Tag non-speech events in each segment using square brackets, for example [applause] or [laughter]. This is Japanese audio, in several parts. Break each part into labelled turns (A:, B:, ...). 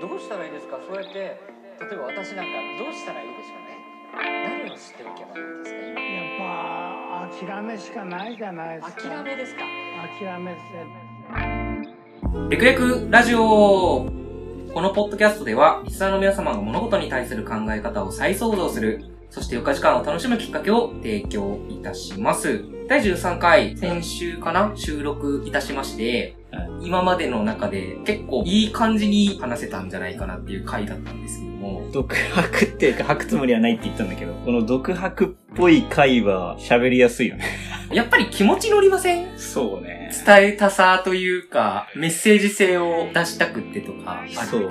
A: どうしたらいいですかそうやって例えば私なんかどうしたらいいでしょうね何を知っておけばいいんですか
B: やっぱ諦めしかないじゃないですか
A: 今諦めですか
B: 諦めせ
C: レクレクラジオこのポッドキャストでは、リスナーの皆様が物事に対する考え方を再創造する、そして余暇時間を楽しむきっかけを提供いたします。第13回、先週かな収録いたしまして、今までの中で結構いい感じに話せたんじゃないかなっていう回だったんですけども、
D: 独白っていうか、吐くつもりはないって言ったんだけど、この独白っぽい回は喋りやすいよね。
C: やっぱり気持ち乗りません
D: そうね
C: 伝えたさというか、メッセージ性を出したくってとかあって、
D: そう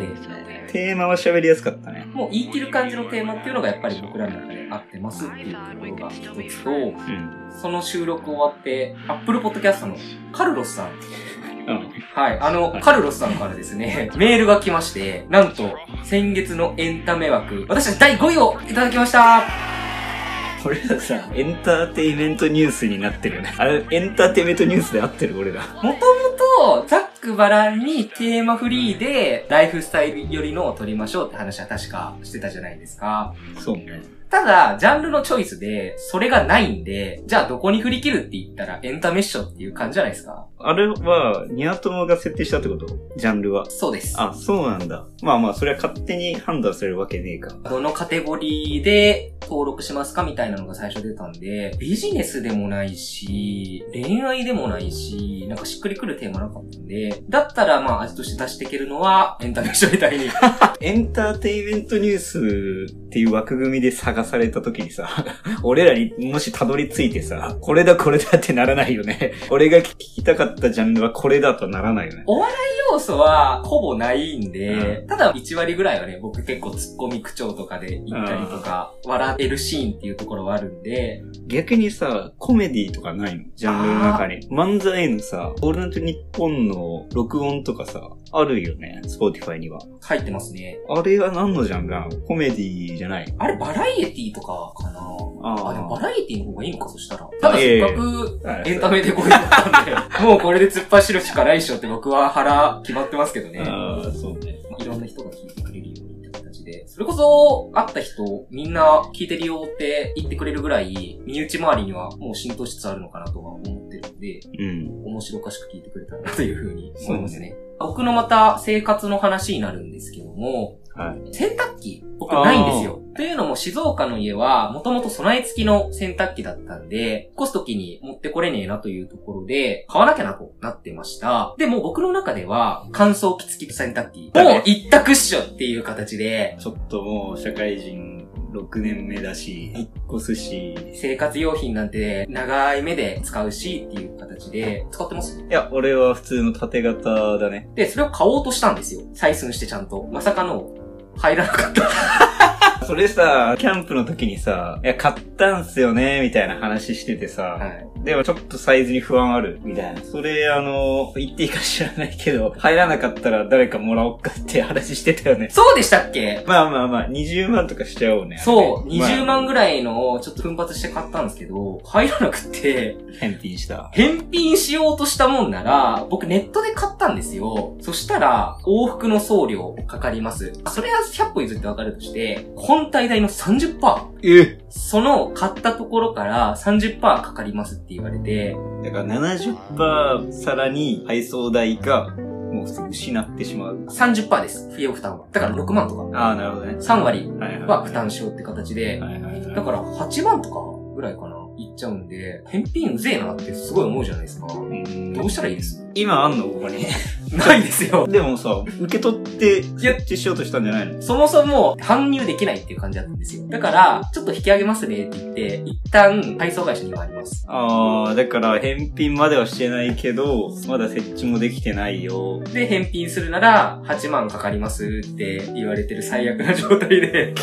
D: テーマは喋りやすかったね。
C: もう言い切る感じのテーマっていうのがやっぱり僕らの中で合ってますっていうところが一つと、
D: うん。
C: その収録終わって、Apple Podcast のカルロスさん。
D: うん。
C: はい、あの、
D: はい
C: カルロスさんからですね、 [laughs] メールが来まして、なんと、先月のエンタメ枠、私たち第5位をいただきました
D: 俺らさ、エンターテイメントニュースになってるよね。あれ、エンターテイメントニュースで合ってる俺ら。
C: もともと、ざっくばらんにテーマフリーで、ライフスタイル寄りのを撮りましょうって話は確かしてたじゃないですか。
D: そうね。
C: ただ、ジャンルのチョイスで、それがないんで、じゃあどこに振り切るって言ったらエンタメッションっていう感じじゃないですか。
D: あれは、ニアトモが設定したってことジャンルは。
C: そうです。
D: あ、そうなんだ。まあまあ、それは勝手に判断するわけねえか。
C: どのカテゴリーで登録しますかみたいなのが最初出たんで、ビジネスでもないし、恋愛でもないし、なんかしっくりくるテーマなかったんで、だったらまあ味として出していけるのはエンタメッションみたい [laughs] に。
D: エンターテイメントニュースっていう枠組みで探された時にさ、 [laughs] 俺らにもしたどり着いてさ、これだこれだってならないよね。 [laughs] 俺が聞きたかったジャンルはこれだとならないよね。
C: お笑い要素はほぼないんで、
D: う
C: ただ1割ぐらいはね、僕結構ツッコミ口調とかで言ったりとか、笑ってるシーンっていうところはあるんで、
D: 逆にさ、コメディとかないのジャンルの中に。漫才のさ、オールナイトニッポンの録音とかさ、あるよね。スポーティファイには。
C: 入ってますね。
D: あれは何のジャンルなのコメディじゃない。
C: あれ、バラエティとかかな
D: あ
C: あ
D: ー
C: でもバラエティの方がいいのか、そしたら。ただ、せっかく、
D: はい
C: エンタメでこうやったんで、もう
D: [laughs]
C: これで突っ走るしかないっしょって僕は腹決まってますけどね。
D: ああ、そうね。
C: いろんな人が聞いてくれるようにって形で。それこそ、会った人、みんな聞いてるよって言ってくれるぐらい、身内周りにはもう浸透しつつあるのかなとは思ってるんで、
D: うん。
C: 面白おかしく聞いてくれたらなというふうに思いますね。僕のまた生活の話になるんですけども、
D: は
C: 洗濯機、僕ないんですよ。というのも静岡の家は、もともと備え付きの洗濯機だったんで、引っ越す時に持ってこれねえなというところで、買わなきゃなとなってました。で、もう僕の中では、乾燥機付き洗濯機
D: だ
C: を
D: ね
C: 一択っしょっていう形で、
D: ちょっともう社会人6年目だし、引っ越すし。
C: 生活用品なんて長い目で使うしっていう形で使ってます。
D: いや、俺は普通の縦型だね。
C: で、それを買おうとしたんですよ。採寸してちゃんと。まさかの、入らなかった。
D: それさ、キャンプの時にさ、いや、買ったんすよね、みたいな話しててさ、
C: はい。
D: でもちょっとサイズに不安ある、みたいな。それ、あの、言っていいか知らないけど、入らなかったら誰かもらおっかって話してたよね。
C: そうでしたっけ
D: まあまあまあ、20万とかしちゃおうね。
C: そう、20万ぐ
D: い。
C: らいのをちょっと奮発して買ったんですけど、入らなくて、
D: 返品した。
C: 返品しようとしたもんなら、僕ネットで買ったんですよ。そしたら、往復の送料かかります。それは100歩譲ってわかるとして、本体代の30%。
D: え
C: その、買ったところから30%かかりますって言われて、
D: だから70%さらに配送代が、もう普通に失ってしまう。
C: 30%です。費用負担は。だから6万とか。
D: ああ、なるほどね。
C: 3割
D: はいはい
C: は負担しようって形で、
D: はいはいはい
C: だから8万とかぐらいかな、いっちゃうんで、返品うぜえなってすごい思うじゃないですか。ど
D: うん
C: うしたらいいです
D: 今あんのここに。
C: ないですよ。
D: [laughs] でもさ、受け取っ
C: い
D: て、
C: や
D: 設置しようとしたんじゃないの
C: そもそも搬入できないっていう感じだったんですよ。だから、ちょっと引き上げますねって言って、一旦配送会社にはあります。
D: ああ、だから返品まではしてないけど、まだ設置もできてないよ。
C: で、返品するなら8万かかりますって言われてる最悪な状態で。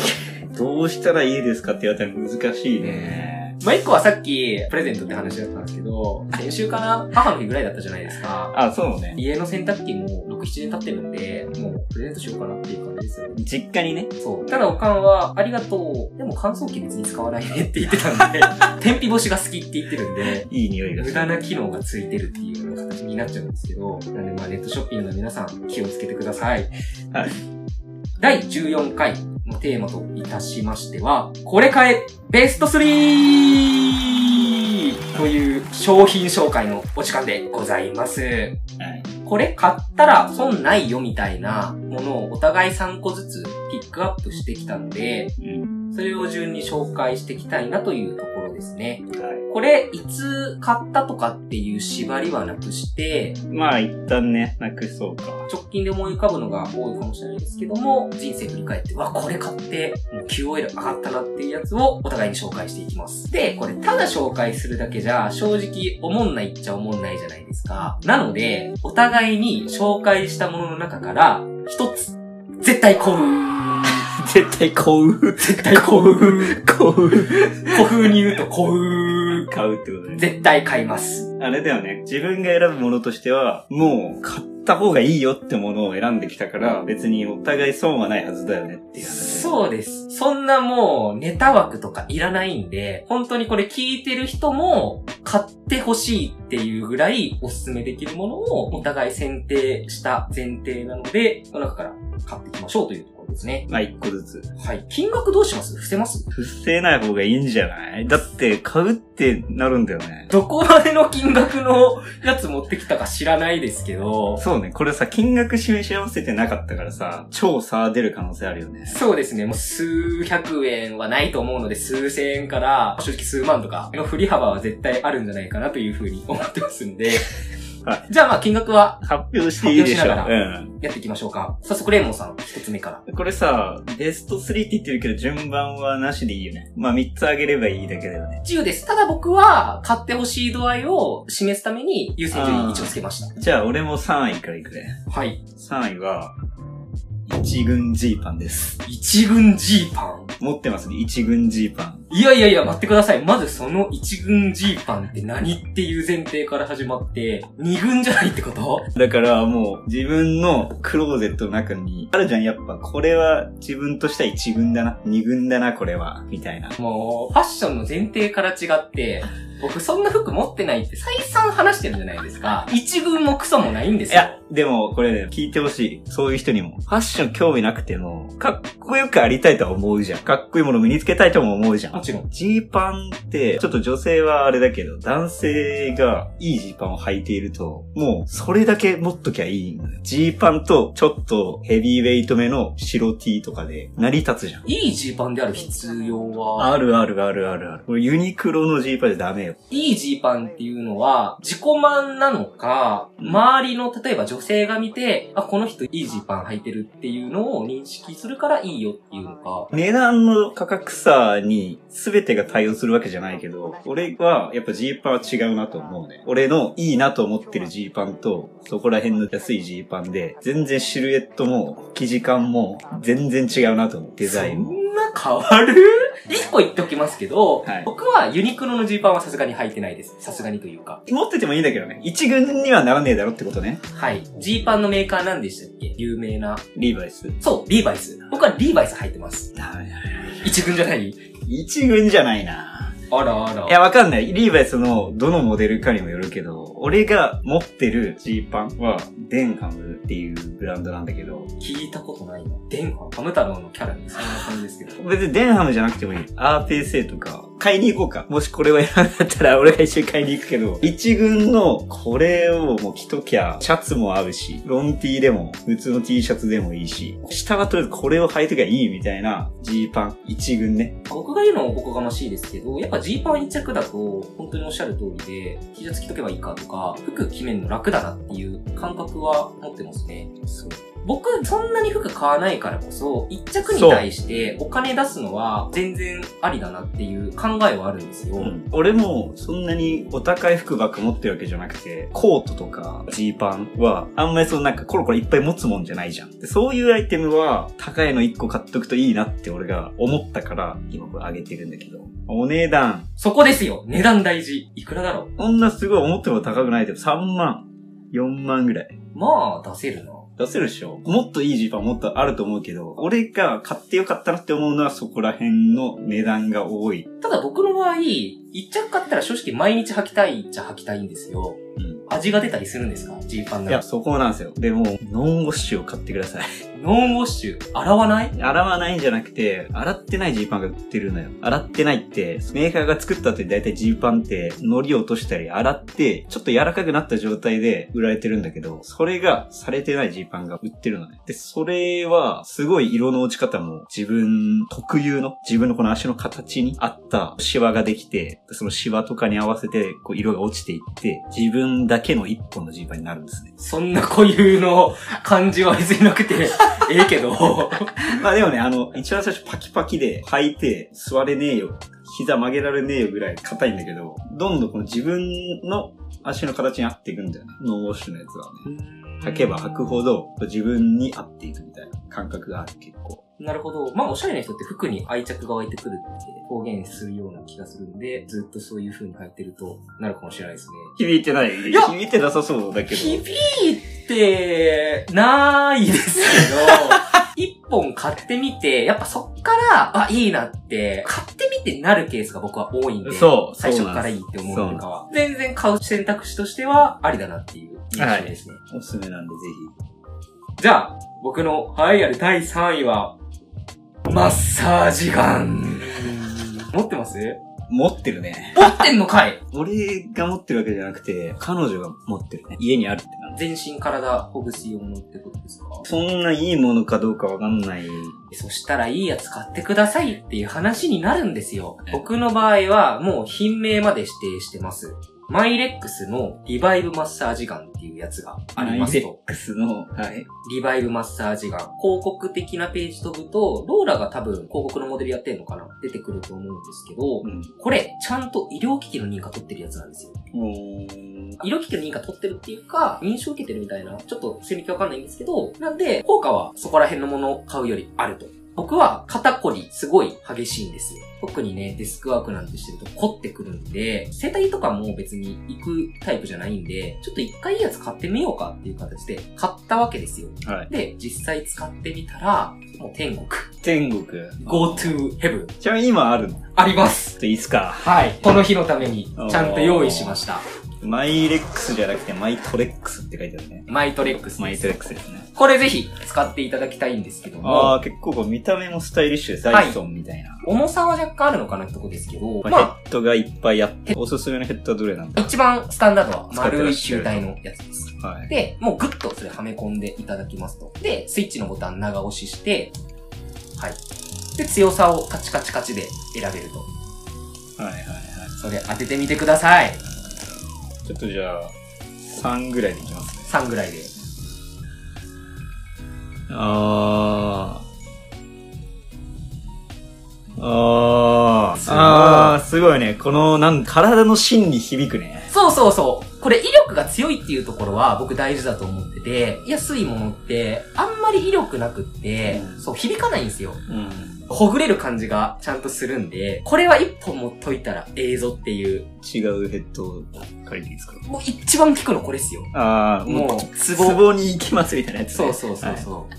D: どうしたらいいですかって言われたら難しいね。
C: まあ、一個はさっき、プレゼントって話だったんですけど、先週かな母の日ぐらいだったじゃないですか。
D: あ、そうね。
C: 家の洗濯機も6、7年経ってるんで、もうプレゼントしようかなっていう感じですよ。
D: 実家にね。
C: そう。ただおかんは、ありがとう。でも乾燥機別に使わないねって言ってたんで、 [laughs] 天日干しが好きって言ってるんで、
D: いい匂いがす
C: 無
D: る。
C: 駄な機能がついてるっていうような形になっちゃうんですけど、なんでまあネットショッピングの皆さん気をつけてください。
D: はい。
C: 第14回のテーマといたしましては、これ買えベスト 3! という商品紹介のお時間でございます。
D: はい
C: これ買ったら損ないよみたいなものをお互い3個ずつピックアップしてきたので、
D: うん。
C: それを順に紹介していきたいなというところですね。
D: は
C: これ、いつ買ったとかっていう縛りはなくして、
D: い。まあ、一旦ね、なくそうか。
C: 直近で思い浮かぶのが多いかもしれないですけども、人生振り返って、うわ、これ買って、もう QOL 上がったなっていうやつをお互いに紹介していきます。で、これただ紹介するだけじゃ、正直、おもんないっちゃおもんないじゃないですか。なので、お互いに紹介したものの中から、一つ、絶対幸運。
D: [laughs] 絶対買う。
C: 絶対幸運。
D: 買う。
C: 古風に言うと幸運。
D: 買うってことね。
C: 絶対買います。
D: あれだよね。自分が選ぶものとしては、もう買った方がいいよってものを選んできたから、別にお互い損はないはずだよねっていう話。
C: そうです。そんなもう、ネタ枠とかいらないんで、本当にこれ聞いてる人も、買ってほしいっていうぐらい、おすすめできるものを、お互い選定した前提なので、その中から買っていきましょうというところですね。
D: まあ、一個ずつ。
C: はい。金額どうします伏せます
D: 不正ない方がいいんじゃないだって、買うってなるんだよね。
C: どこまでの金額のやつ持ってきたか知らないですけど、
D: そうね。これさ、金額示し合わせてなかったからさ、超差出る可能性あるよね。
C: そうですね。もう数百円はないと思うので、数千円から、正直数万とかの振り幅は絶対あるんじゃないかなというふうに思ってますんで。
D: [laughs] は
C: じゃあまあ金額は
D: 発表していいでしょ。
C: 発表しなが
D: う
C: やっていきましょうか。早速レイモンさん、一つ目から。
D: ん。これさ、ベスト3って言ってるけど、順番はなしでいいよね。まあ、3つあげればいいだけだよね。
C: 自由です。ただ僕は、買ってほしい度合いを示すために、優先順位1をつけまし
D: じゃあ、俺も3位からいくね。
C: た。はい。
D: 3位は、一軍ジーパンです。
C: 一軍ジーパン。
D: 持ってますね、一軍ジーパン。
C: いやいやいや、待ってください。まずその一軍ジーパンって何っていう前提から始まって、二軍じゃないってこと
D: だからもう、自分のクローゼットの中に、あるじゃん、やっぱ、これは自分としては一軍だな、二軍だな、これは、みたいな。
C: もう、ファッションの前提から違って、僕そんな服持ってないって再三話してるじゃないですか。一軍もクソもないんで
D: い
C: すよ。
D: や、でも、これね、聞いてほしい。そういう人にも。ファッション興味なくても、かっこよくありたいとは思うじゃん。かっこいいもの身につけたいとも思うじゃん
C: も。ちろん。
D: ジーパンって、ちょっと女性はあれだけど、男性がいいジーパンを履いていると、もうそれだけ持っときゃいいんだよ。ジーパンとちょっとヘビーウェイトめの白 T とかで成り立つじゃん。
C: いいジーパンである必要は、
D: あるあるあるあるある。これユニクロのジーパンじゃダメよ。
C: いいジーパンっていうのは、自己満なのか、周りの、例えば女性が見て、あ、この人いいジーパン履いてるっていうのを認識するからいいよっていうのか。
D: 値段の価格差に全てが対応するわけじゃないけど、俺はやっぱジーパンは違うなと思うね。俺のいいなと思ってるジーパンと、そこら辺の安いジーパンで、全然シルエットも、生地感も、全然違うなと思う。デザイン
C: そ
D: も。
C: んな変わる一個言っておきますけど、
D: はい
C: 僕はユニクロのジーパンはさすがに履いてないです。さすがにというか。
D: 持っててもいいんだけどね。一軍にはならねえだろってことね。
C: はい。ジーパンのメーカーなんでしたっけ有名な。
D: リーバイス。
C: そう、リーバイス。僕はリーバイス履いてます。
D: ダメだね。
C: 一軍じゃない
D: 一軍じゃないな。
C: あらあら。
D: いや、わかんない。リーバイスのどのモデルかにもよるけど、俺が持ってるジーパンは、デンハムっていうブランドなんだけど、
C: 聞いたことないな。デンハンハム太郎のキャラにそんな感じですけど。 [laughs]
D: 別にデンハムじゃなくてもいい。RPSA とか、買いに行こうか。もしこれを選んだったら、俺 [laughs] が一緒に買いに行くけど、一軍のこれをもう着ときゃ、シャツも合うし、ロン T でも、普通の T シャツでもいいし、下はとりあえずこれを履いときゃいいみたいな、ジーパン。一軍ね。
C: 僕が言うのもおこがましいですけど、やっぱジーパン一着だと、本当におっしゃる通りで、T シャツ着とけばいいかとか、服決めるの楽だなっていう感覚は持ってますね。そう。僕、そんなに服買わないからこそ、一着に対してお金出すのは全然ありだなっていう考えはあるんですよ。
D: うん俺もそんなにお高い服ばっか持ってるわけじゃなくて、コートとかジーパンはあんまりそのなんかコロコロいっぱい持つもんじゃないじゃん。でそういうアイテムは高いの1個買っとくといいなって俺が思ったから今これ上げてるんだけど。お値段。
C: そこですよ値段大事いくらだろう
D: こんなすごい思っても高くないけど3万、4万ぐらい。
C: まあ、出せるな。
D: 出せるでしょもっといいジーパンもっとあると思うけど、俺が買ってよかったなって思うのはそこら辺の値段が多い。
C: ただ僕の場合、一着買ったら正直毎日履きたいっちゃ履きたいんですよ。
D: うん
C: 味が出たりするんですかジーパン
D: い
C: な
D: や、
C: ら。
D: そこなんですよ。でも、ノンウォッシュを買ってください。
C: ノンウォッシュ、洗わない
D: 洗わないんじゃなくて、洗ってないジーパンが売ってるのよ。洗ってないって、メーカーが作った後に大体ジーパンって、糊を落としたり、洗って、ちょっと柔らかくなった状態で売られてるんだけど、それがされてないジーパンが売ってるのね。で、それは、すごい色の落ち方も、自分特有の、自分のこの足の形に合ったシワができて、そのシワとかに合わせて、こう色が落ちていって、自分だけの一本のジーパンになるんですね。
C: そんな固有の感じは別にな
D: [laughs]
C: くて、ええけど。
D: まあでもね、あの、一番最初パキパキで履いて座れねえよ。膝曲げられねえよぐらい硬いんだけど、どんどんこの自分の足の形に合っていくんだよね。ノーウォッシュのやつはね。履けば履くほど自分に合っていくみたいな感覚がある結構。
C: なるほど。まあ、おしゃれな人って服に愛着が湧いてくるって表現するような気がするんで、ずっとそういう風に履いてるとなるかもしれないですね。
D: 響いてない
C: いや
D: 響いてなさそうだけど。
C: 響いて、ないですけど、 [laughs] 一本買ってみて、やっぱそっから、あ、いいなって、買ってみてなるケースが僕は多いんで、
D: そう
C: 最初
D: そうなん
C: か
D: で
C: らい
D: す
C: いって思うよりかは。全然買う選択肢としては、ありだなっていう印象ですね。
D: おすすめなんでぜ
C: じゃあ、僕の栄えある第3位は、マッサージガン。持ってます持
D: ひ。持ってるね。
C: ってんのかい
D: 俺が持ってるわけじゃなくて、彼女が持ってるね。家にあるって感じ。
C: 全身体ほぐす用のってことですか
D: そんないいものかどうかわかんない。
C: そしたらいいやつ買ってくださいっていう話になるんですよ
D: え。え
C: 僕の場合はもう品名まで指定してます。マイレックスのリバイブマッサージガンっていうやつがありますと。
D: X の、はい。
C: リバイブマッサージガン。広告的なページ飛ぶと、ローラが多分広告のモデルやってんのかな出てくると思うんですけど、
D: うん。
C: これ、ちゃんと医療機器の認可取ってるやつなんですよ。医療機器の認可取ってるっていうか、認証受けてるみたいな、ちょっと線引きわかんないんですけど、なんで、効果はそこら辺のものを買うよりあると。僕は肩こりすごい激しいんですよ。特にね、デスクワークなんてしてると凝ってくるんで、整体とかも別に行くタイプじゃないんで、ちょっと一回いいやつ買ってみようかっていう形で買ったわけですよ。
D: はい。
C: で、実際使ってみたら、もう天国。
D: 天国。
C: Go to heaven。
D: ちなみに今あるのちょ
C: あります。
D: っといいっすか。
C: はい。この日のために、ちゃんと用意しました。
D: マイレックスじゃなくてマイトレックスって書いてあるね。
C: マイトレックスです。
D: マイトレックスですね。
C: これぜひ使っていただきたいんですけど
D: あ
C: も、
D: あ、結構こう見た目もスタイリッシュで
C: はい
D: ダイソンみたいな。
C: 重さは若干あるのかなってとこですけど、
D: ま
C: ま
D: あ、ヘッドがいっぱいあって、おすすめのヘッドはどれなん
C: あ、
D: だ
C: 一番スタンダードは
D: 使って
C: 丸
D: らっ
C: い
D: し
C: 球
D: ゃる
C: 体のやつです。
D: はい。
C: で、もうグッとそれはめ込んでいただきますと。で、スイッチのボタン長押しして、はい。で、強さをカチカチカチで選べると。
D: はいはいはい。
C: それ当ててみてください。
D: ちょっとじゃあ、3ぐらいでいきますね。
C: 3ぐらいで。
D: ああ。あ
C: すごい
D: ああー、すごいね。この、なん、体の芯に響くね。
C: そうそうそう。これ威力が強いっていうところは僕大事だと思ってて、安いものってあんまり威力なくって、
D: うん
C: そう響かないんですよ。
D: うん。
C: ほぐれる感じがちゃんとするんで、これは一本持っといたらええぞっていう、
D: 違うヘッドを借りていいですか
C: もう一番効くのこれっすよ。
D: ああ、もう
C: もう、ツ
D: ツ
C: ボ。
D: ボに行きますみたいなやつ、ね。
C: そうそうそうそう。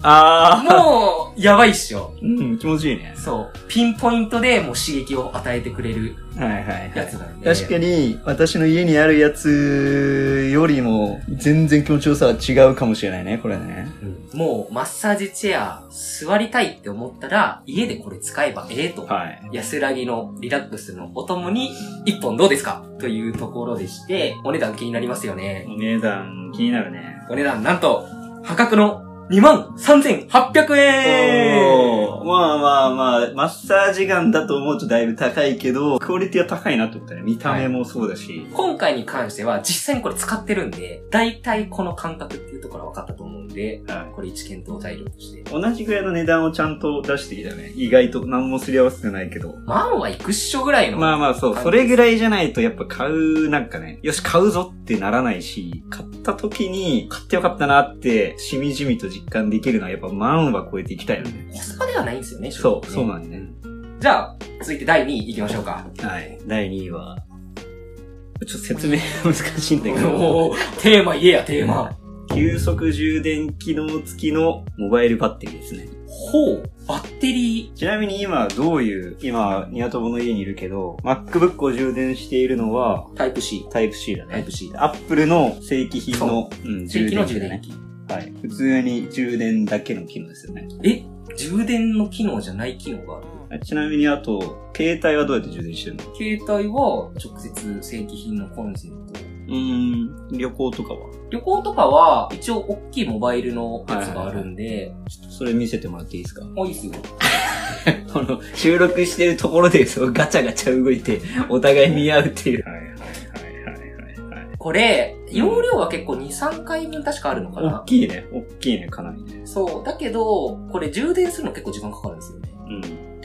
D: ああ、
C: もう、やばいっしょ。
D: うん、気持ちいいね。
C: そう。ピンポイントでもう刺激を与えてくれる
D: はいはいはい。
C: やつなんで。
D: 確かに、私の家にあるやつよりも、全然気持ちよさは違うかもしれないね、これね。
C: うんもう、マッサージチェア、座りたいって思ったら、家でこれ使えばええと。
D: はい。
C: 安らぎのリラックスのお供に、一本どうですかというところでして、お値段気になりますよね。
D: お値段、気になるね。
C: お値段なんと、破格の2万3800円
D: まあまあまあ、ー、マッサージガンだと思うとだいぶ高いけど、クオリティは高いなと思ったね。見た目もそうだし。
C: 今回に関しては実際にこれ使ってるんで、大体この感覚っていうところは分かったと思うんで、
D: はい
C: これ一検討材料として。
D: 同じぐらいの値段をちゃんと出してきたね。意外と何もすり合わせてないけど。
C: 万は行くっしょぐらいの。
D: まあまあそう、
C: はい
D: それぐらいじゃないとやっぱ買う、なんかね、よし買うぞってならないし、買った時に買ってよかったなって、しみじみと実感できるのはやっぱ万は超えていきたいよね。
C: コスパではないんですよね、
D: そ
C: 正
D: う、
C: 直ね
D: そうなんだね。
C: じゃあ、続いて第2位行きましょうか。
D: はい。第2位は、ちょっと説明難しいんだけど、
C: おーテーマ言えや、テーマ。
D: [laughs] 急速充電機能付きのモバイルバッテリーですね。
C: ほう、バッテリ
D: ちなみに今どういう、今、ニワトボの家にいるけど、MacBook を充電しているのは、
C: ー、タイプ C。
D: タイプ C だね。
C: タイプ C だ。
D: アップルの正規品の、うん、
C: 正規の充
D: だ
C: 電
D: ね。
C: 器。
D: はい。普通に充電だけの機能ですよね。
C: え充電の機能じゃない機能がある
D: あちなみにあと、携帯はどうやって充電してるの
C: 携帯は直接正規品のコンセント。
D: うん、旅行とかは
C: 旅行とかは一応大きいモバイルのやつがあるんで、
D: ちょっとそれ見せてもらっていいですか [laughs]
C: もういいっすよ。
D: この、収録してるところで、そう、ガチャガチャ動いて、お互い見合うっていう。はいはいはいはいはい。
C: これ、容量は結構2、3回分確かあるのか
D: 大
C: な。
D: きいね。大きいね、かなりね。
C: そう。だけど、これ充電するの結構時間かかるんですよね。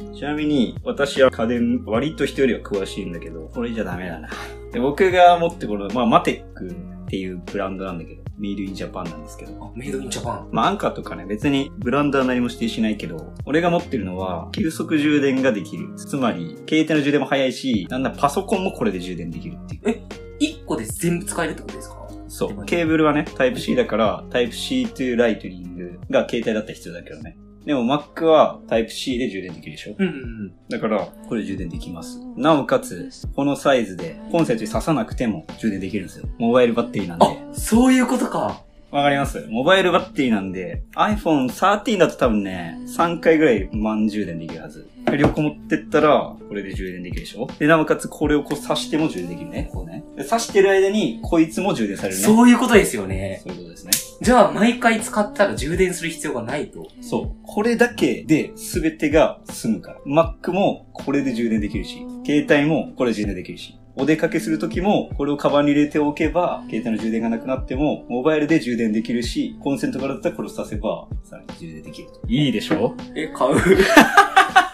D: うん。ちなみに、私は家電、割と人よりは詳しいんだけど、これじゃダメだな。で僕が持ってこの、まあ、マテックっていうブランドなんだけど、メイドインジャパンなんですけど。
C: あ、メイドインジャパン。
D: まあ、アンカーとかね、別にブランドは何も指定しないけど、俺が持ってるのは、急速充電ができる。つまり、携帯の充電も早いし、なんならパソコンもこれで充電できるっていう。
C: 1個で全部使えるってことですか
D: そう。ケーブルはね、タイプ C だから、タイプ C to ライトニングが携帯だったら必要だけどね。でも Mac はタイプ C で充電できるでしょ
C: うんうんうん。
D: だから、これ充電できます。なおかつ、このサイズで、コンセントに刺さなくても充電できるんですよ。モバイルバッテリーなんで。
C: あ、そういうことか。
D: わかりますモバイルバッテリーなんで、iPhone 13だと多分ね、3回ぐらい満充電できるはず。旅行持ってったら、これで充電できるでしょで、なおかつこれをこう刺しても充電できるね。こうね。で刺してる間に、こいつも充電されるね。
C: そういうことですよね。
D: そういうことですね。
C: じゃあ、毎回使ったら充電する必要がないと。
D: そう。これだけで全てが済むから。Mac もこれで充電できるし、携帯もこれで充電できるし。お出かけするときも、これをカバンに入れておけば、携帯の充電がなくなっても、モバイルで充電できるし、コンセントからだったらこれをさせば、さらに充電できる。いいでしょ
C: え、買 [laughs] う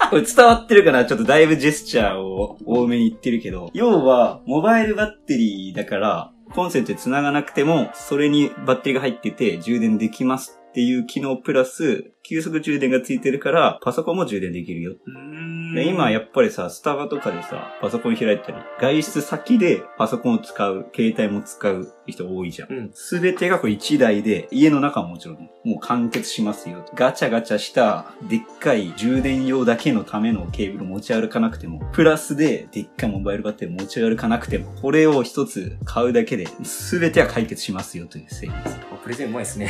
D: これ伝わってるかなちょっとだいぶジェスチャーを多めに言ってるけど、要は、モバイルバッテリーだから、コンセントで繋がなくても、それにバッテリーが入ってて充電できますっていう機能プラス、急速充電がついてるから、パソコンも充電できるよ。で今やっぱりさ、スタバとかでさ、パソコン開いたり、外出先でパソコンを使う、携帯も使う人多いじゃん。
C: うん。
D: すべてがこれ1台で、家の中ももちろんね、もう完結しますよ。ガチャガチャした、でっかい充電用だけのためのケーブル持ち歩かなくても、プラスで、でっかいモバイルバッテリー持ち歩かなくても、これを一つ買うだけで、すべては解決しますよという製品です。
C: プレゼンうまいですね。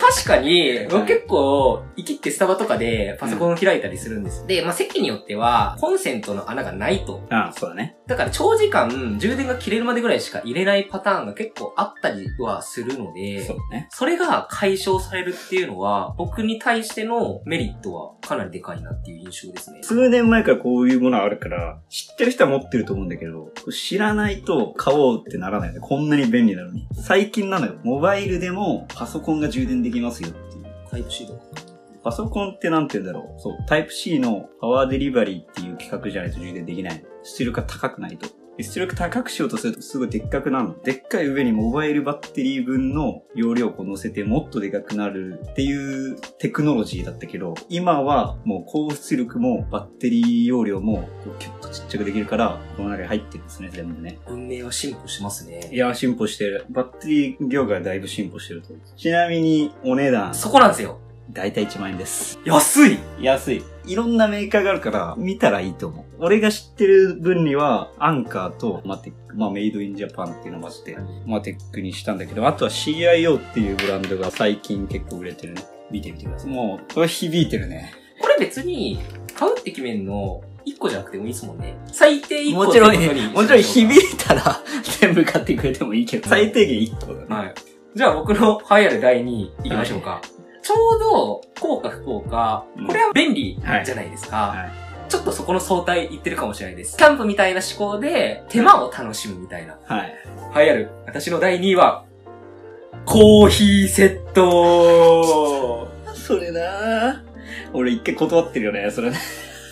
C: 確かに、僕結構、生きってスタバとかでパソコンを開いたりするんです。で、まあ、席によっては、コンセントの穴がないと。
D: ああ、そうだね。
C: だから長時間、充電が切れるまでぐらいしか入れないパターンが結構あったりはするので、
D: そうだね。
C: それが解消されるっていうのは、僕に対してのメリットはかなりでかいなっていう印象ですね。
D: 数年前からこういうものはあるから、知ってる人は持ってると思うんだけど、知らないと買おうってならないよね。こんなに便利なのに。最近なのよ。モバイルでもパソコンが充電できますよっていう。
C: タイプ C とか。
D: パソコンってなんて言うんだろう。そう。タイプ C のパワーデリバリーっていう企画じゃないと充電できない。出力が高くないと。で出力高くしようとするとすごいでっかくなるの。でっかい上にモバイルバッテリー分の容量をこう乗せてもっとでかくなるっていうテクノロジーだったけど、今はもう高出力もバッテリー容量もこうキュッとちっちゃくできるから、この中に入ってるんですね、全部ね。
C: 運命は進歩してます
D: い
C: ね。
D: やー、進歩してる。バッテリー業界はだいぶ進歩してると思う。ちなみに、お値段、
C: そこなんですよ。
D: だいたい1万円です。
C: 安い
D: 安い。いろんなメーカーがあるから、見たらいいと思う。俺が知ってる分には、アンカーとマテック、まあメイドインジャパンっていうのもあって、マテックにしたんだけど、あとは CIO っていうブランドが最近結構売れてるね。見てみてください。もう、これ響いてるね。
C: これ別に、買うって決めんの、1個じゃなくてもいいですもんね。最低1個
D: もちろん
C: ってことに
D: もちろん響いたら、 [laughs] 全部買ってくれてもいいけど、最低限1個だね。
C: はい。じゃあ僕の流行る第2位いきましょうか。ちょうど、幸か不幸か、これは便利じゃないですか。
D: はいは
C: ちょっとそこの相対言ってるかもしれないです。キャンプみたいな思考で、手間を楽しむみたいな。
D: はい。
C: 流行る。私の第2位は、コーヒーセット
D: [laughs] それな俺一回断ってるよね、それね。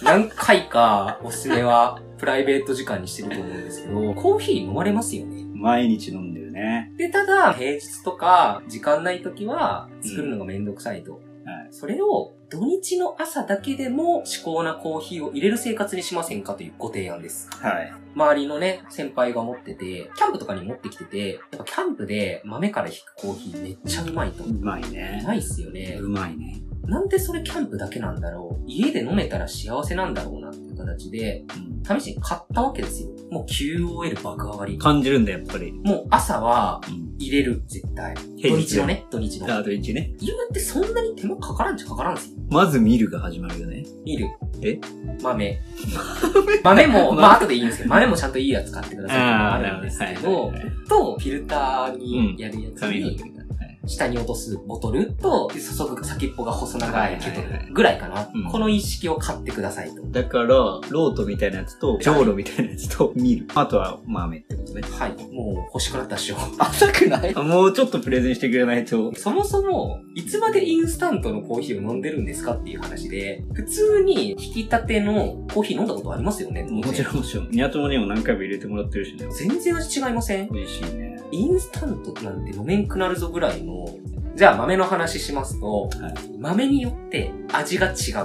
C: 何回かおすすめはプライベート時間にしてると思うんですけど、コーヒー飲まれますよね。
D: 毎日飲んでるね。
C: で、ただ、平日とか、時間ない時は、作るのがめんどくさいと。
D: はい
C: それを、土日の朝だけでも、至高なコーヒーを入れる生活にしませんかというご提案です。
D: はい。
C: 周りのね、先輩が持ってて、キャンプとかに持ってきてて、やっぱキャンプで豆から引くコーヒーめっちゃうまいと。う
D: うまいね。
C: まいっすよね。
D: うまいね。
C: なんでそれキャンプだけなんだろう家で飲めたら幸せなんだろうなっていう形で、
D: うん
C: 試しに買ったわけですよ。もう QOL 爆上がり。
D: 感じるんだ、やっぱり。
C: もう朝は
D: うん。
C: 入れる、絶対。土
D: 平
C: 日の。ね、土日の。
D: あ、土日ね。
C: 言うてそんなに手間かからんじゃかからんですよ。
D: まず見るが始まるよね。
C: 見る。
D: え [laughs]
C: 豆。豆も、まあ後でいいんですけど、豆もちゃんといいやつ買ってくださいっていうのがあるんですけど、と、フィルターにやるやつ
D: 髪の
C: に
D: 毛、が。はい
C: 下に落とすボトルと、で注ぐ先っぽが細長いケト
D: はいはいは
C: ルぐらいかな
D: うん。
C: この意識を買ってくださいと。
D: だから、ロートみたいなやつと、ジョーロみたいなやつと、見る。あとは豆ってことね。
C: はい。もう欲しくなったっしょ。
D: [laughs] 浅くないもうちょっとプレゼンしてくれないと。
C: そもそも、いつまでインスタントのコーヒーを飲んでるんですかっていう話で、普通に引き立てのコーヒー飲んだことありますよね
D: もちろんもちろん。ニャトモにも何回も入れてもらってるしね。
C: 全然味違いません
D: 美味しいね。
C: インスタントなんて飲めんくなるぞぐらいの、じゃあ豆の話しますと、
D: は
C: 豆によって味が違うと。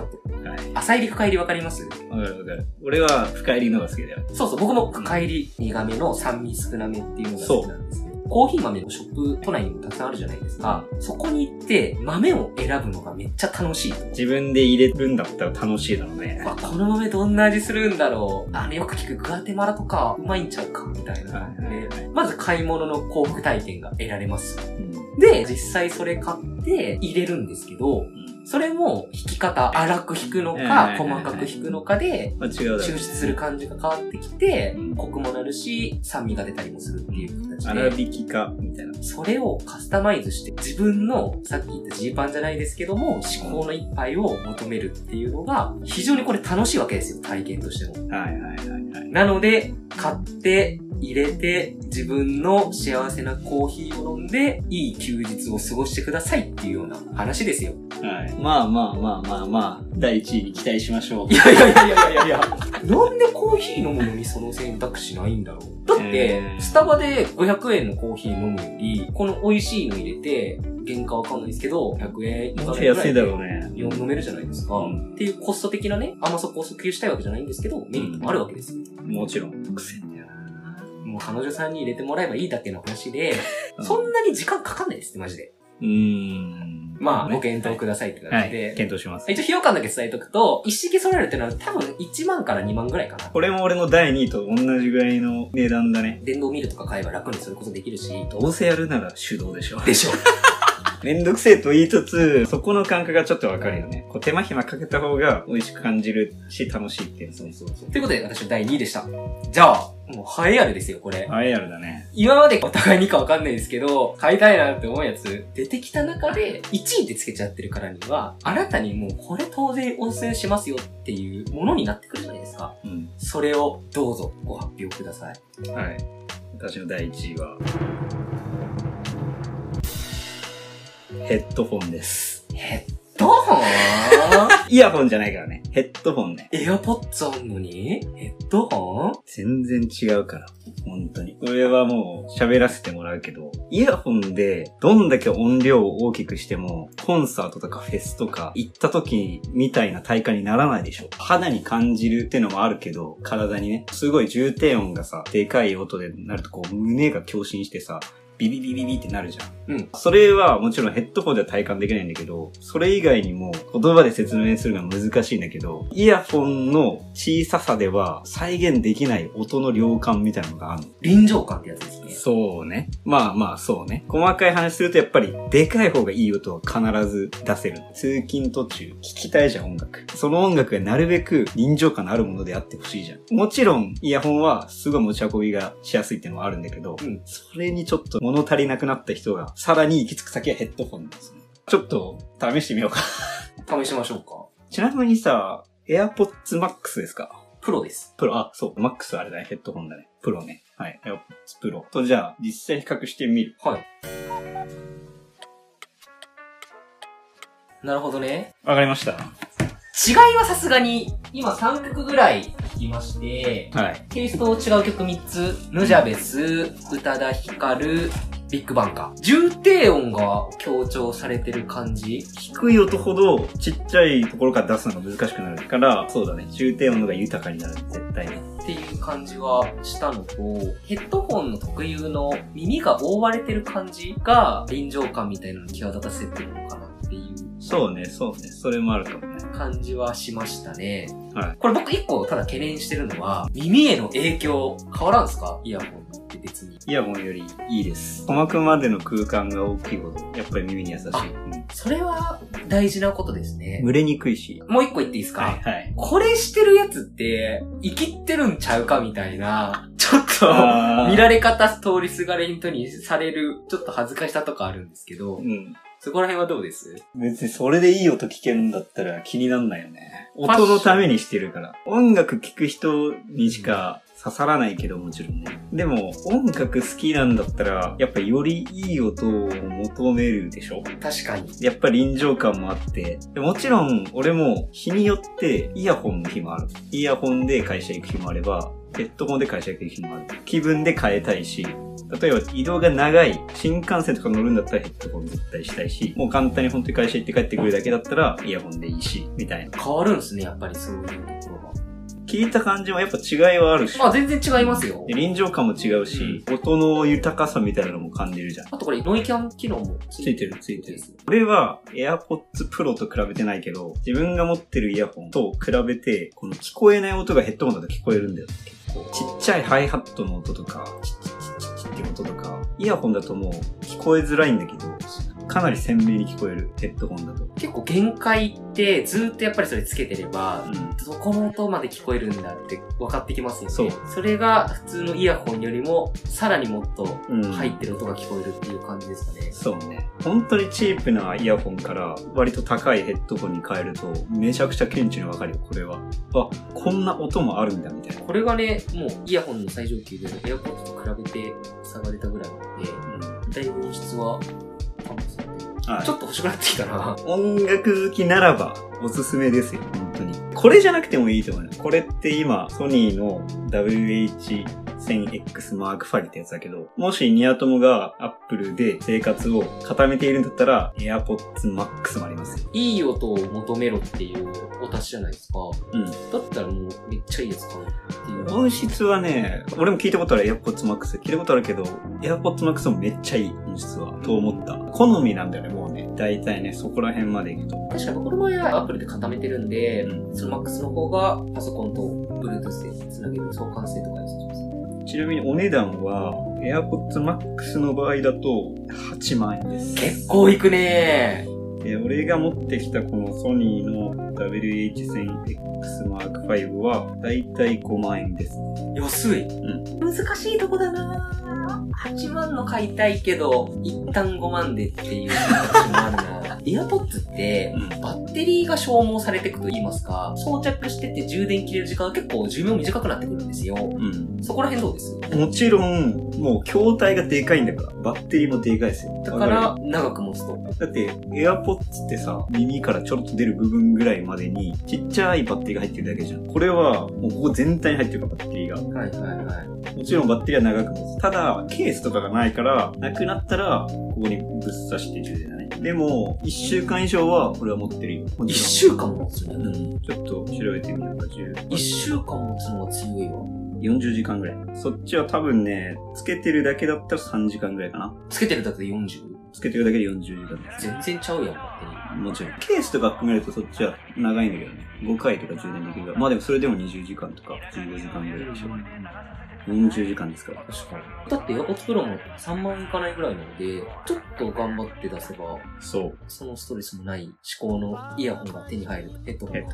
D: はい。
C: 浅入り深入りわかります
D: わかるわかる。俺は深入りのが好きだよ。
C: そうそう、僕も深入り苦めの酸味少なめっていうのが好きなんですね。コーヒー豆のショップ、都内にもたくさんあるじゃないですか。そこに行って豆を選ぶのがめっちゃ楽しいと。
D: 自分で入れるんだったら楽しいだろうね。
C: わこの豆どんな味するんだろうあのよく聞くグアテマラとかうまいんちゃうかみたいな感じ
D: はいはい
C: で、まず買い物の幸福体験が得られます。
D: うん。
C: で、実際それ買って入れるんですけど、それも引き方、荒く引くの
D: う
C: か、
D: ん
C: 細かく引くのかで、
D: まあ違うだろう
C: 抽出
D: ね。
C: する感じが変わってきて
D: うん、
C: コクもなるし、酸味が出たりもするっていう形
D: 粗
C: で、
D: 挽きか、みたいな。
C: それをカスタマイズして、自分の、さっき言ったジーパンじゃないですけども、至高の一杯を求めるっていうのが、非常にこれ楽しいわけですよ、体験としても。
D: はいはいはいはい。
C: なので、買って、入れて、自分の幸せなコーヒーを飲んで、いい休日を過ごしてくださいっていうような話ですよ。
D: はい。まあまあまあまあまあ、第1位に期待しましょう。
C: いやいやいやいやいやいや。なんでコーヒー飲むのにその選択肢ないんだろう。だって
D: え、ー
C: スタバで500円のコーヒー飲むより、この美味しいの入れて、原価わかんないですけど、100円以下
D: も
C: の
D: っ
C: ぐ
D: と
C: らい
D: 安いだろうね。
C: で飲めるじゃないですか。
D: うん
C: っていうコスト的なね、甘さを訴求したいわけじゃないんですけど、メリットもあるわけですよ。
D: もちろん。癖だよな。
C: もう彼女さんに入れてもらえばいいだけの話で、
D: うん
C: そんなに時間かかんないですって、マジで。
D: うーん。
C: まあ、
D: ね
C: ご検討くださいって
D: は
C: 感
D: い
C: じ。で。
D: 検討します。
C: 一応、費用感だけ伝えとくと、一式揃えるってのは多分1万から2万ぐらいかな。
D: これも俺の第2位と同じぐらいの値段だね。
C: 電動ミルとか買えば楽にそれこそできるし、
D: どうせやるなら手動でしょ。
C: でしょ。
D: [laughs] めんどくせえと言いつつ、そこの感覚がちょっとわかるよね。こう手間暇かけた方が美味しく感じるし、楽しいっていう。そうそうそう。
C: ということで、私の第2位でした。じゃあ、もう栄えあるですよ、これ。
D: あれやるだね。
C: 今までお互いにかわかんないですけど、買いたいなって思うやつ、出てきた中で、1位ってつけちゃってるからには、あなたにもうこれ当然おすすめしますよっていうものになってくるじゃないですか。
D: うん。
C: それをどうぞご発表ください。
D: はい。私の第1位は、ヘッドフォンです。
C: ヘッドホン
D: イヤホンじゃないからね。ヘッドフォンね。
C: エアポッツあんのにヘッドホン
D: 全然違うから。本当に。俺はもう喋らせてもらうけど、イヤホンでどんだけ音量を大きくしても、コンサートとかフェスとか行った時みたいな体感にならないでしょ。肌に感じるってのもあるけど、体にね、すごい重低音がさ、でかい音でなるとこう胸が共振してさ、ビビビビビってなるじゃん。
C: うん。
D: それはもちろんヘッドホンでは体感できないんだけど、それ以外にも言葉で説明するのが難しいんだけど、イヤホンの小ささでは再現できない音の量感みたいなのがあるの。
C: 臨場感ってやつですね。
D: そうね。まあまあそうね。細かい話するとやっぱりでかい方がいい音は必ず出せる。通勤途中、聞きたいじゃん音楽。その音楽がなるべく臨場感のあるものであってほしいじゃん。もちろんイヤホンはすごい持ち運びがしやすいっていうのはあるんだけど、
C: うん
D: それにちょっと物足りなくなった人がさらに行き着く先はヘッドホンですね。ちょっと試してみようか。
C: 試しましょう
D: ちなみにさ、AirPods Max ですか
C: か。プロです。
D: プロ、あ、そう、Max あれだね、ヘッドホンだね。プロね。はい、AirPods Pro。と、じゃあ、実際比較してみる。
C: はい。なるほどね。
D: わかりました。
C: 違いはさすがに、今3曲ぐらい聴きまして、
D: はい。
C: テイストを違う曲3つ、ヌジャベス、宇多田ヒカル、ビッグバンか。重低音が強調されてる感じ。
D: 低い音ほど、ちっちゃいところから出すのが難しくなるから、そうだね、中低音の方が豊かになる、絶対に。
C: っていう感じはしたのと、ヘッドホンの特有の耳が覆われてる感じが臨場感みたいなのを際立たせてるのかなっていう
D: そうね、そうね、それもあるかもね。
C: 感じはしましたね。
D: はい。
C: これ僕一個ただ懸念してるのは、耳への影響変わらんすかイヤホンって別に。
D: イヤホンよりいいです。鼓膜までの空間が大きいほど、やっぱり耳に優しい。
C: あ
D: うん
C: それは大事なことですね。
D: 蒸れにくいし。
C: もう一個言っていいですか、
D: はい、はい。
C: これしてるやつって、生きってるんちゃうかみたいな、ちょっと、
D: [laughs] あー
C: 見られ方通りすがりにとにされる、ちょっと恥ずかしさとかあるんですけど、
D: うん。
C: そこら辺はどうです
D: 別にそれでいい音聞けんだったら気になんないよね。音のためにしてるから。音楽聴く人にしか刺さらないけどもちろんね。でも音楽好きなんだったら、やっぱよりいい音を求めるでしょ
C: 確かに。
D: やっぱ臨場感もあって。でもちろん俺も日によってイヤホンの日もある。イヤホンで会社行く日もあれば、ヘッドホンで会社行く日もある。気分で変えたいし、例えば移動が長い、新幹線とか乗るんだったらヘッドホン絶対したいし、もう簡単に本当に会社行って帰ってくるだけだったらイヤホンでいいし、みたいな。
C: 変わるんすね、やっぱりそういうところが。
D: 聞いた感じもやっぱ違いはあるし、
C: まあ全然違いますよ
D: で。臨場感も違うし、音の豊かさみたいなのも感じるじゃん。
C: あとこれ、ノイキャン機能もつ
D: ついてるついてる。俺は AirPods Pro と比べてないけど、自分が持ってるイヤホンと比べて、この聞こえない音がヘッドホンだと聞こえるんだよ。結構。ちっちゃいハイハットの音とか、チッチッチッチッチッって音とか、イヤホンだともう聞こえづらいんだけど、かなり鮮明に聞こえる、ヘッドホンだと。
C: 結構限界って、ずーっとやっぱりそれつけてれば、
D: うん。
C: どこの音まで聞こえるんだって分かってきますよね。
D: そう
C: れが普通のイヤホンよりも、さらにもっと
D: うん
C: 入ってる音が聞こえるっていう感じですかね。
D: そうね。本当にチープなイヤホンから割と高いヘッドホンに変えると、めちゃくちゃ顕著にわかるよ、これは。あ、こんな音もあるんだ、みたいな。
C: これがね、もうイヤホンの最上級で、エアポッドと比べて差が出たぐらいなので、
D: うん
C: だいぶ音質は、多分そう
D: はい
C: ちょっと欲しくなってきたな。
D: 音楽好きならばおすすめですよ、本当に。これじゃなくてもいいと思うよ。これって今、ソニーの WH1000X Mark V ってやつだけど、もしニア友が Apple で生活を固めているんだったら、AirPods Max もありますよ。
C: いい音を求めろっていうお達しじゃないですか。
D: うん。
C: だったらもうめっちゃいいやつかなっていう。
D: 音質はね、俺も聞いたことある AirPods Max。聞いたことあるけど、AirPods Max もめっちゃいい音質は、と思った。好みなんだよね、もうね。大体ね、そこら辺まで行くと。
C: 確かにこの前は Apple で固めてるんで、
D: うん
C: その Max の方がパソコンと Bluetooth でつなげる相関性とか良さそうです。
D: ちなみにお値段は、AirPods Max の場合だと8万円です。
C: 結構いくね
D: で俺が持ってきたこのソニーの WH1000X Mark V は、だいたい5万円です。
C: 安い、
D: ん
C: 難しいとこだな8万の買いたいけど、一旦5万でっていう形もある [laughs] な AirPods って、バッテリーが消耗されてくと言いますか、装着してて充電切れる時間が結構寿命短くなってくるんですよ。
D: うん。
C: そこら辺どうです
D: もちろん、もう筐体がでかいんだから、バッテリーもでかいですよ。
C: だから、長く持つと。
D: だって、AirPods ってさ、耳からちょろっと出る部分ぐらいまでに、ちっちゃいバッテリーが入ってるだけじゃん。これは、もうここ全体に入ってるから、バッテリーが。
C: はいはいはい。
D: もちろんバッテリーは長く持つ。ただ、ケースとかがないから、なくなったら、ここにぶっ刺して充電だね。でも、1週間以上は、これは持ってるよ。も
C: 一
D: ち
C: 週間も持つ
D: ろ
C: ね
D: ん。うん。ちょっと調べてみようか、10
C: 一週間持つのが強いわ。
D: 40時間ぐらい。そっちは多分ね、つけてるだけだったら3時間ぐらいかな。
C: つけてるだけで 40?
D: つけてるだけで40時間です。
C: 全然ちゃうやん、バッテリー。
D: もちろん。ケースとか含めるとそっちは長いんだけどね。5回とか充電できるから。まあでもそれでも20時間とか15時間ぐらいでしょ。40時間ですから。
C: 確かに。だって AirPods Pro も3万いかないぐらいなので、ちょっと頑張って出せば、
D: そう。
C: そのストレスもない思考のイヤホンが手に入る。ヘッドホン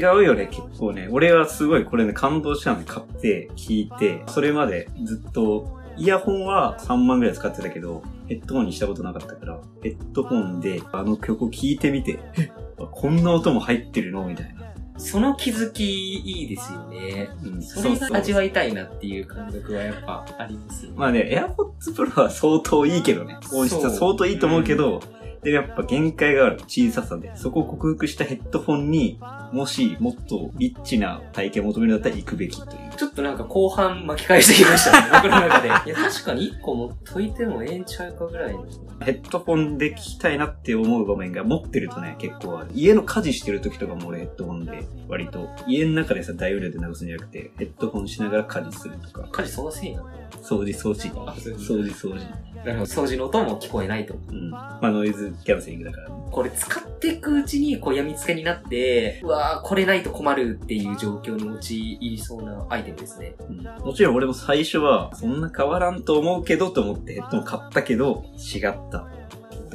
C: が。
D: 違うよね、結構ね。俺はすごいこれね、感動したので買って、聞いて、それまでずっと、イヤホンは3万ぐらい使ってたけど、ヘッドホンにしたことなかったから、ヘッドホンであの曲を聴いてみて、えこんな音も入ってるのみたいな。
C: その気づきいいですよね。
D: うん、
C: それが味
D: わ
C: わいたいなっていう感覚はやっぱありますよね。
D: まあね、AirPods Pro は相当いいけどね。音質は相当いいと思うけど、でもやっぱ限界がある。小ささで。そこを克服したヘッドホンに、もしもっとリッチな体験を求めるんだったら行くべきという。
C: ちょっとなんか後半巻き返してきました [laughs] ね、僕の中で。いや、確かに1個持っといてもええんちゃうかぐらいの。
D: ヘッドホンで聞きたいなって思う場面が持ってるとね、結構ある。家の家事してる時とかも俺ヘッドホンで、割と。家の中でさ、大容量で流すんじゃなくて、ヘッドホンしながら家事するとか、
C: 家事そのせいなの
D: 掃除掃除、
C: あそうです
D: 掃除掃除。
C: なるほど。掃除の音も聞こえないと。
D: うん。まあノイズキャンセリングだからね。
C: これ使っていくうちにこう病みつけになって、うわーこれないと困るっていう状況に陥りそうなアイテムですね。
D: うんもちろん俺も最初は、そんな変わらんと思うけどと思ってヘッドホン買ったけど、違った。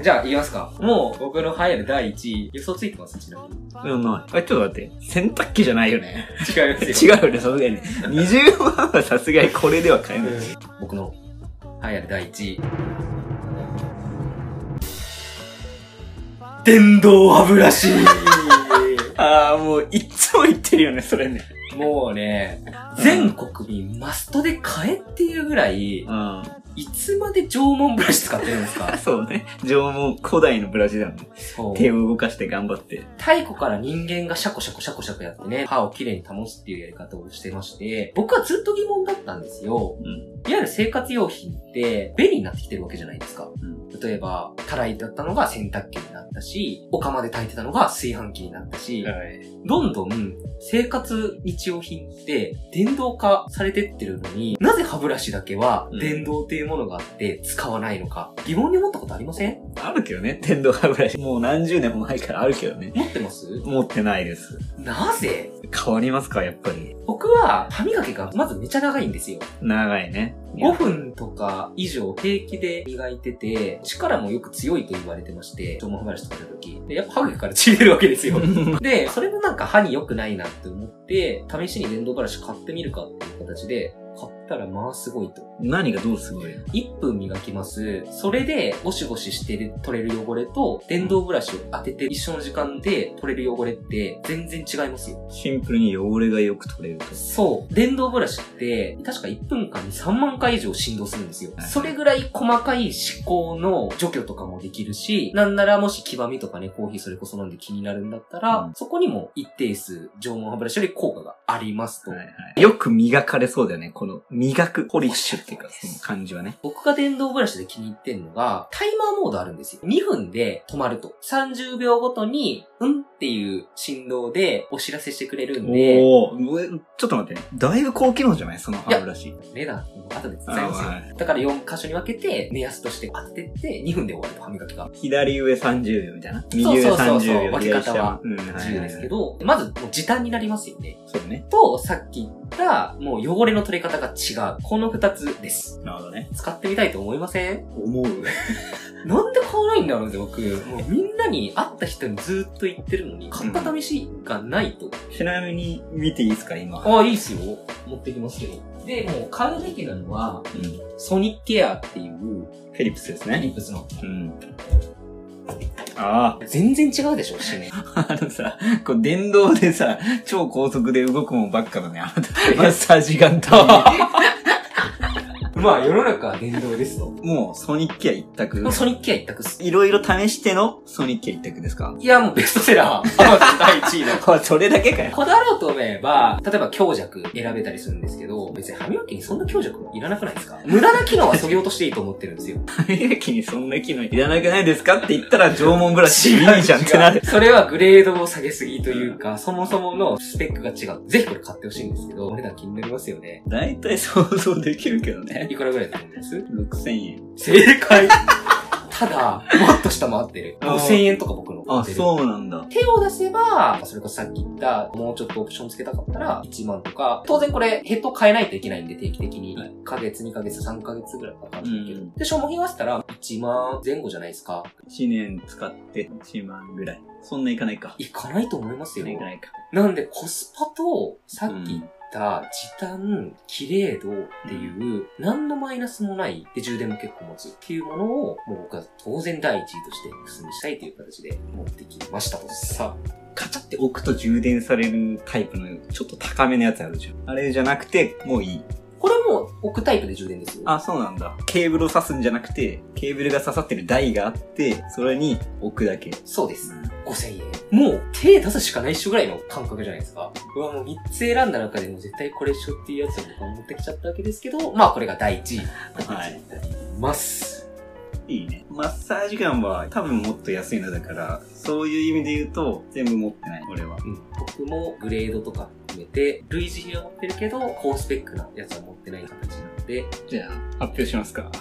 C: じゃあ、言いますか。もう僕の流行る第1位、予想ついてますちなみに。
D: でもない。あ、ちょっと待って。洗濯機じゃないよね。
C: 違います
D: 違
C: よ。
D: うよね、さすがにね。20万はさすがにこれでは買えない。
C: 僕の流行る第1位。電動歯ブラシ
D: ああ、もう、いっつも言ってるよね、それね。
C: もうね、全国民マストで買えっていうぐらい、
D: うん。
C: いつまで縄文ブラシ使ってるんです
D: [laughs]
C: か
D: そうね。縄文、古代のブラジルだもんね。
C: そう。
D: 手を動かして頑張って。
C: 太古から人間がシャコシャコシャコシャコやってね、歯をきれいに保つっていうやり方をしてまして、僕はずっと疑問だったんですよ。
D: うん。
C: いわゆる生活用品って便利になってきてるわけじゃないですか。
D: ん
C: 例えば、たらいだったのが洗濯機になったし、お釜で炊いてたのが炊飯器になったし、
D: はい。
C: どんどん生活日用品って電動化されてってるのに、なぜ歯ブラシだけは
D: うん
C: 電動っていうものがあって使わないのか、疑問に思ったことありません
D: あるけどね、天童歯ブラシ。もう何十年も前からあるけどね。
C: 持ってます
D: 持ってないです。
C: なぜ
D: 変わりますか、やっぱり。
C: 僕は歯磨きがまずめちゃ長いんですよ。
D: 長いね。
C: 5分とか以上平気で磨いてて、力もよく強いと言われてまして、縄文歯ブラシとかやった時。で、やっぱ歯茎から血出るわけですよ。で、それもなんか歯に良くないなって思って、試しに電動ブラシ買ってみるかっていう形で、買ったらまあすごいと。
D: 何がどうすごいの
C: 1分磨きます。それで、ゴシゴシしてる、取れる汚れと、電動ブラシを当てて一緒の時間で取れる汚れって、全然違いますよ。
D: シンプルに汚れがよく取れると。
C: そう。電動ブラシって、確か1分間に3万回以上振動するんですよ。
D: はい
C: それぐらい細かい思考の除去とかもできるし、なんならもし黄ばみとかね、コーヒーそれこそ飲んで気になるんだったら、
D: うん
C: そこにも一定数、縄文歯ブラシより効果がありますと。
D: はいはい。よく磨かれそうだよね。この、磨く、ポリッシュっていうか、その感じはね。
C: 僕が電動ブラシで気に入ってんのが、タイマーモードあるんですよ。2分で止まると。30秒ごとに、うんっていう振動でお知らせしてくれるんで、
D: おー、ちょっと待ってね。だいぶ高機能じゃないその歯ブラシ。
C: 値段、後で伝え
D: あ
C: ますよ。
D: はい
C: だから4箇所に分けて、目安として当ててって、2分で終わると歯磨きが
D: 左上30秒みたいな。右
C: そう
D: 上
C: そうそうそう
D: 30秒。
C: 分け
D: 左
C: 方は
D: 下。うん、は
C: 自
D: い
C: 由で
D: はい
C: す
D: は
C: け
D: い。
C: ど、まずもう時短になりますよね。
D: そうね。
C: と、さっき言った、もう汚れの取り方が違う。この2つです。
D: なるほどね。
C: 使ってみたいと思いません
D: 思う。 [laughs]
C: なんで買わないんだろうって僕、もうみんなに会った人にずっと言ってるのに、買った試しがないと。
D: ちなみに見ていいですか今。
C: ああ、いいっすよ。持ってきますけど。で、もう買うべきなのは、
D: うん。フ
C: ソニックケアっていう、
D: ェリップスです
C: フィリ
D: ね。
C: ップスの。
D: うん。あ
C: 全然違うでしょ、しね。
D: [laughs] あ。あのさ、こう電動でさ、超高速で動くもんばっかだね。あなた、マッサージガンと。
C: [laughs] まあ、世の中は電動ですと。
D: もう、ソニックや一択
C: もう。 [laughs] ソニックケア一択っす。
D: いろいろ試してのソニックや一択ですか
C: いや、もうベストセラー。アマゾン第1位の。
D: [laughs] それだけかよ。
C: こだわろうと思えば、例えば強弱選べたりするんですけど、別に歯磨きにそんな強弱もいらなくないですか無駄な機能は削ぎ落としていいと思ってるんですよ。
D: 歯磨きにそんな機能いらなくないですかって言ったら縄文ブラシいいじゃんってなる。
C: それはグレードを下げすぎというか、そもそものスペックが違う。ぜひこれ買ってほしいんですけど、お値段気になりますよね。
D: 大体想像できるけどね。
C: いくらぐらいだと思います
D: 6000円。
C: 正解ただ、もっと下回ってる。
D: あー
C: 5000円とか僕の。
D: あ、そうなんだ。
C: 手を出せば、それこそさっき言った、もうちょっとオプションつけたかったら、1万とか、当然これ、ヘッド変えないといけないんで、定期的に。
D: はい
C: 1ヶ月、2ヶ月、3ヶ月ぐらいかかるんだけど。
D: うん
C: で、消耗品合わせたら、1万前後じゃないですか。
D: 1年使って1万ぐらい。そんないかないか。
C: いかないと思いますよ
D: い。かないか。
C: なんで、コスパと、さっき言っった時短、綺麗度っていう、何のマイナスもない、で充電も結構持つっていうものを、もう僕は当然第一位としてお勧めしたいという形で持ってきましたと。
D: さ、カチャって置くと充電されるタイプのちょっと高めのやつあるじゃん。あれじゃなくて、もういい。
C: これも置くタイプで充電ですよ。
D: あ、そうなんだ。ケーブルを挿すんじゃなくて、ケーブルが刺さってる台があって、それに置くだけ。
C: そうです。5000円。もう手出すしかないっしょぐらいの感覚じゃないですか。うわ、もう3つ選んだ中でも絶対これっしょっていうやつを僕は持ってきちゃったわけですけど、まあこれが第一位に
D: は
C: ないります。
D: いいね。マッサージガンは多分もっと安いのだから、そういう意味で言うと、全部持ってない、俺は。
C: うん、僕もグレードとか含めて、類似品は持ってるけど、高スペックなやつは持ってない形なので、
D: じゃあ、発表しますか。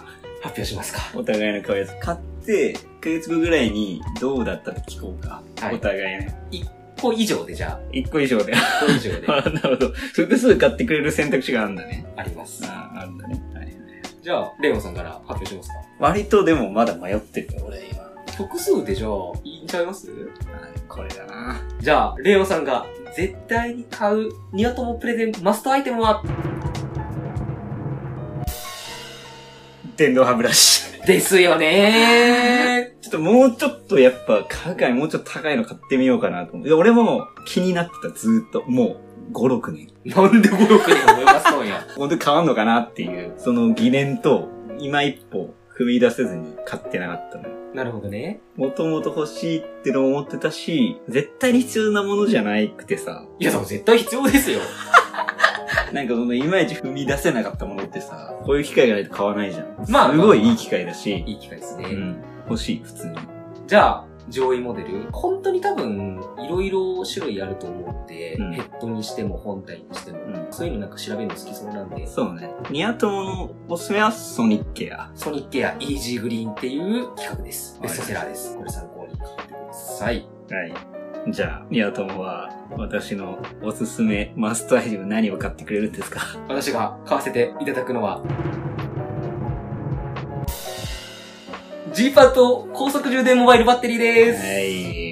C: 発表しますか。
D: お互いの可愛さ。買って、1ヶ月後ぐらいにどうだったか聞こうか。
C: はい
D: お互いね。
C: 1個以上でじゃ
D: 1個以上で。
C: あ、1個以 [laughs] 上で
D: あ [laughs] なるほど。複数買ってくれる選択肢があるんだね。
C: あります。
D: ああるんだね。はい。
C: じゃあ、レオンさんから発表しますか。
D: 割とでもまだ迷ってるよ、俺今。
C: 複数でじゃあ、いいんちゃいます
D: あこれだな。
C: じゃあ、レオンさんが絶対に買う、ニワトモプレゼントマストアイテムは、
D: 電動歯ブラシ。
C: ですよね
D: ちょっともうちょっとやっぱ、海外もうちょっと高いの買ってみようかなと思う。いや俺も気になってた、ずーっと。もう、5、6年。
C: ー [laughs] なんで5、6年思いますのや。
D: 本当に変わんのかなっていう、その疑念と、今一歩踏み出せずに買ってなかったのよ。
C: [laughs] なるほどね。
D: もともと欲しいってのも思ってたし、絶対に必要なものじゃないくてさ、
C: いや、でも絶対必要ですよ。
D: なんかそのいまいち踏み出せなかったものってさ、こういう機会がないと買わないじゃん。
C: まあ
D: すごいいい機会だし、
C: いい機会ですね。
D: うん、欲しい、普通に。
C: じゃあ、上位モデル。本当に多分、いろいろ種類あると思って、
D: うん
C: ヘッドにしても本体にしても、
D: うん
C: そういうのなんか調べるの好きそうなんで、
D: そうね。ニア友のおすすめはソニッケや。
C: ソニッケアイージーグリーンっていう企画です。
D: はい
C: ベストセラーです。これ参考に買ってください。
D: はい。じゃあ、ニア友は、私のおすすめ、マストアイテム何を買ってくれるんですか
C: 私が買わせていただくのは、ジーパーと高速充電モバイルバッテリーです。
D: はい。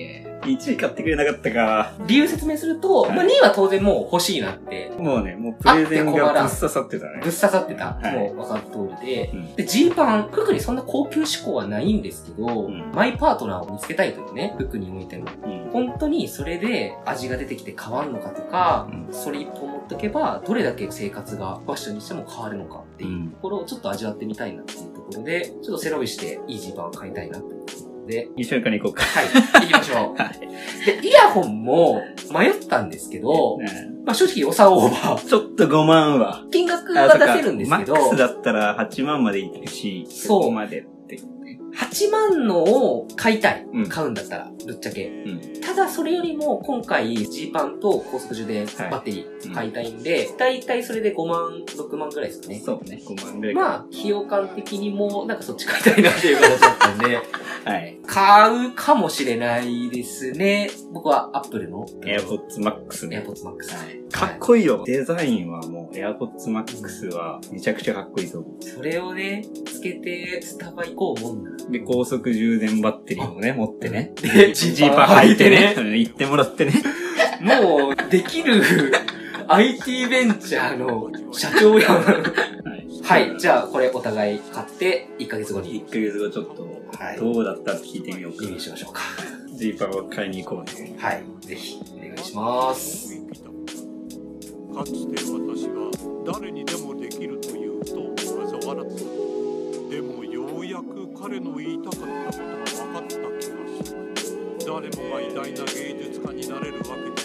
D: 1位買ってくれなかったか。
C: 理由説明すると、
D: はい
C: まあ2位は当然もう欲しいなって、
D: もうね、もうプレゼン
C: あって困ら
D: が
C: ん
D: ぶっ刺さってた
C: ぶっ
D: ね。
C: 刺さってた。
D: はい
C: もう分かった通りで、
D: うん
C: で、ジーパン、特にそんな高級志向はないんですけど、
D: ん
C: マイパートナーを見つけたいというね、服においても。
D: うん
C: 本当にそれで味が出てきて変わるのかとか、
D: う
C: それ一本持っとけば、どれだけ生活がファッションにしても変わるのかっていうところをちょっと味わってみたいなっていうところで、ちょっと背伸びしていいジーパンを買いたいなって思ってますので、
D: 一緒に買いに行こうか。 [laughs]
C: はい、行きましょう。で、イヤホンも迷ったんですけど、
D: うん
C: まあ正直予算オーバー。
D: ちょっと5万は。
C: 金額
D: あ
C: は
D: そっか
C: 出せるんです
D: マ
C: け
D: ッ
C: ど、
D: クスだったら8万までいけるし、
C: そう
D: ここまでって。
C: 8万のを買いたい。
D: うん
C: 買うんだったら、ぶっちゃけ。
D: うん。
C: ただ、それよりも、今回、ジーパンと高速充電
D: はい
C: バッテリー買いたいんで、だいたいそれで5万、6万ぐらいですかね。
D: そうね、5万ぐらいか。
C: まあ、費用感的にも、なんかそっち買いたいなっていう形だったんで、
D: はい。
C: 買うかもしれないですね。僕は、アップルの、
D: AirPods Max ね。
C: AirPods Max。
D: かっこいいよ。デザインはもう AirPods Max はめちゃくちゃかっこいいぞ。
C: それをね、つけて、スタバ行こうもんな。
D: で、高速充電バッテリーもね、持ってね。
C: で
D: ジーパー履いてね。うん行ってもらってね。
C: もう、できる IT ベンチャーの社長やん。はい、じゃあこれお互い買って、1ヶ月後に
D: 1ヶ月後ちょっと
C: はい、
D: どうだったって聞いてみようか
C: リ。リースしましょうか。
D: ジーパンを買いに行こうね。
C: はい、ぜひお願いします。
E: かつて私は誰にでもできるというと嘲笑ったでもようやく彼の言いたかったことが分かった気がする誰もが偉大な芸術家になれるわけで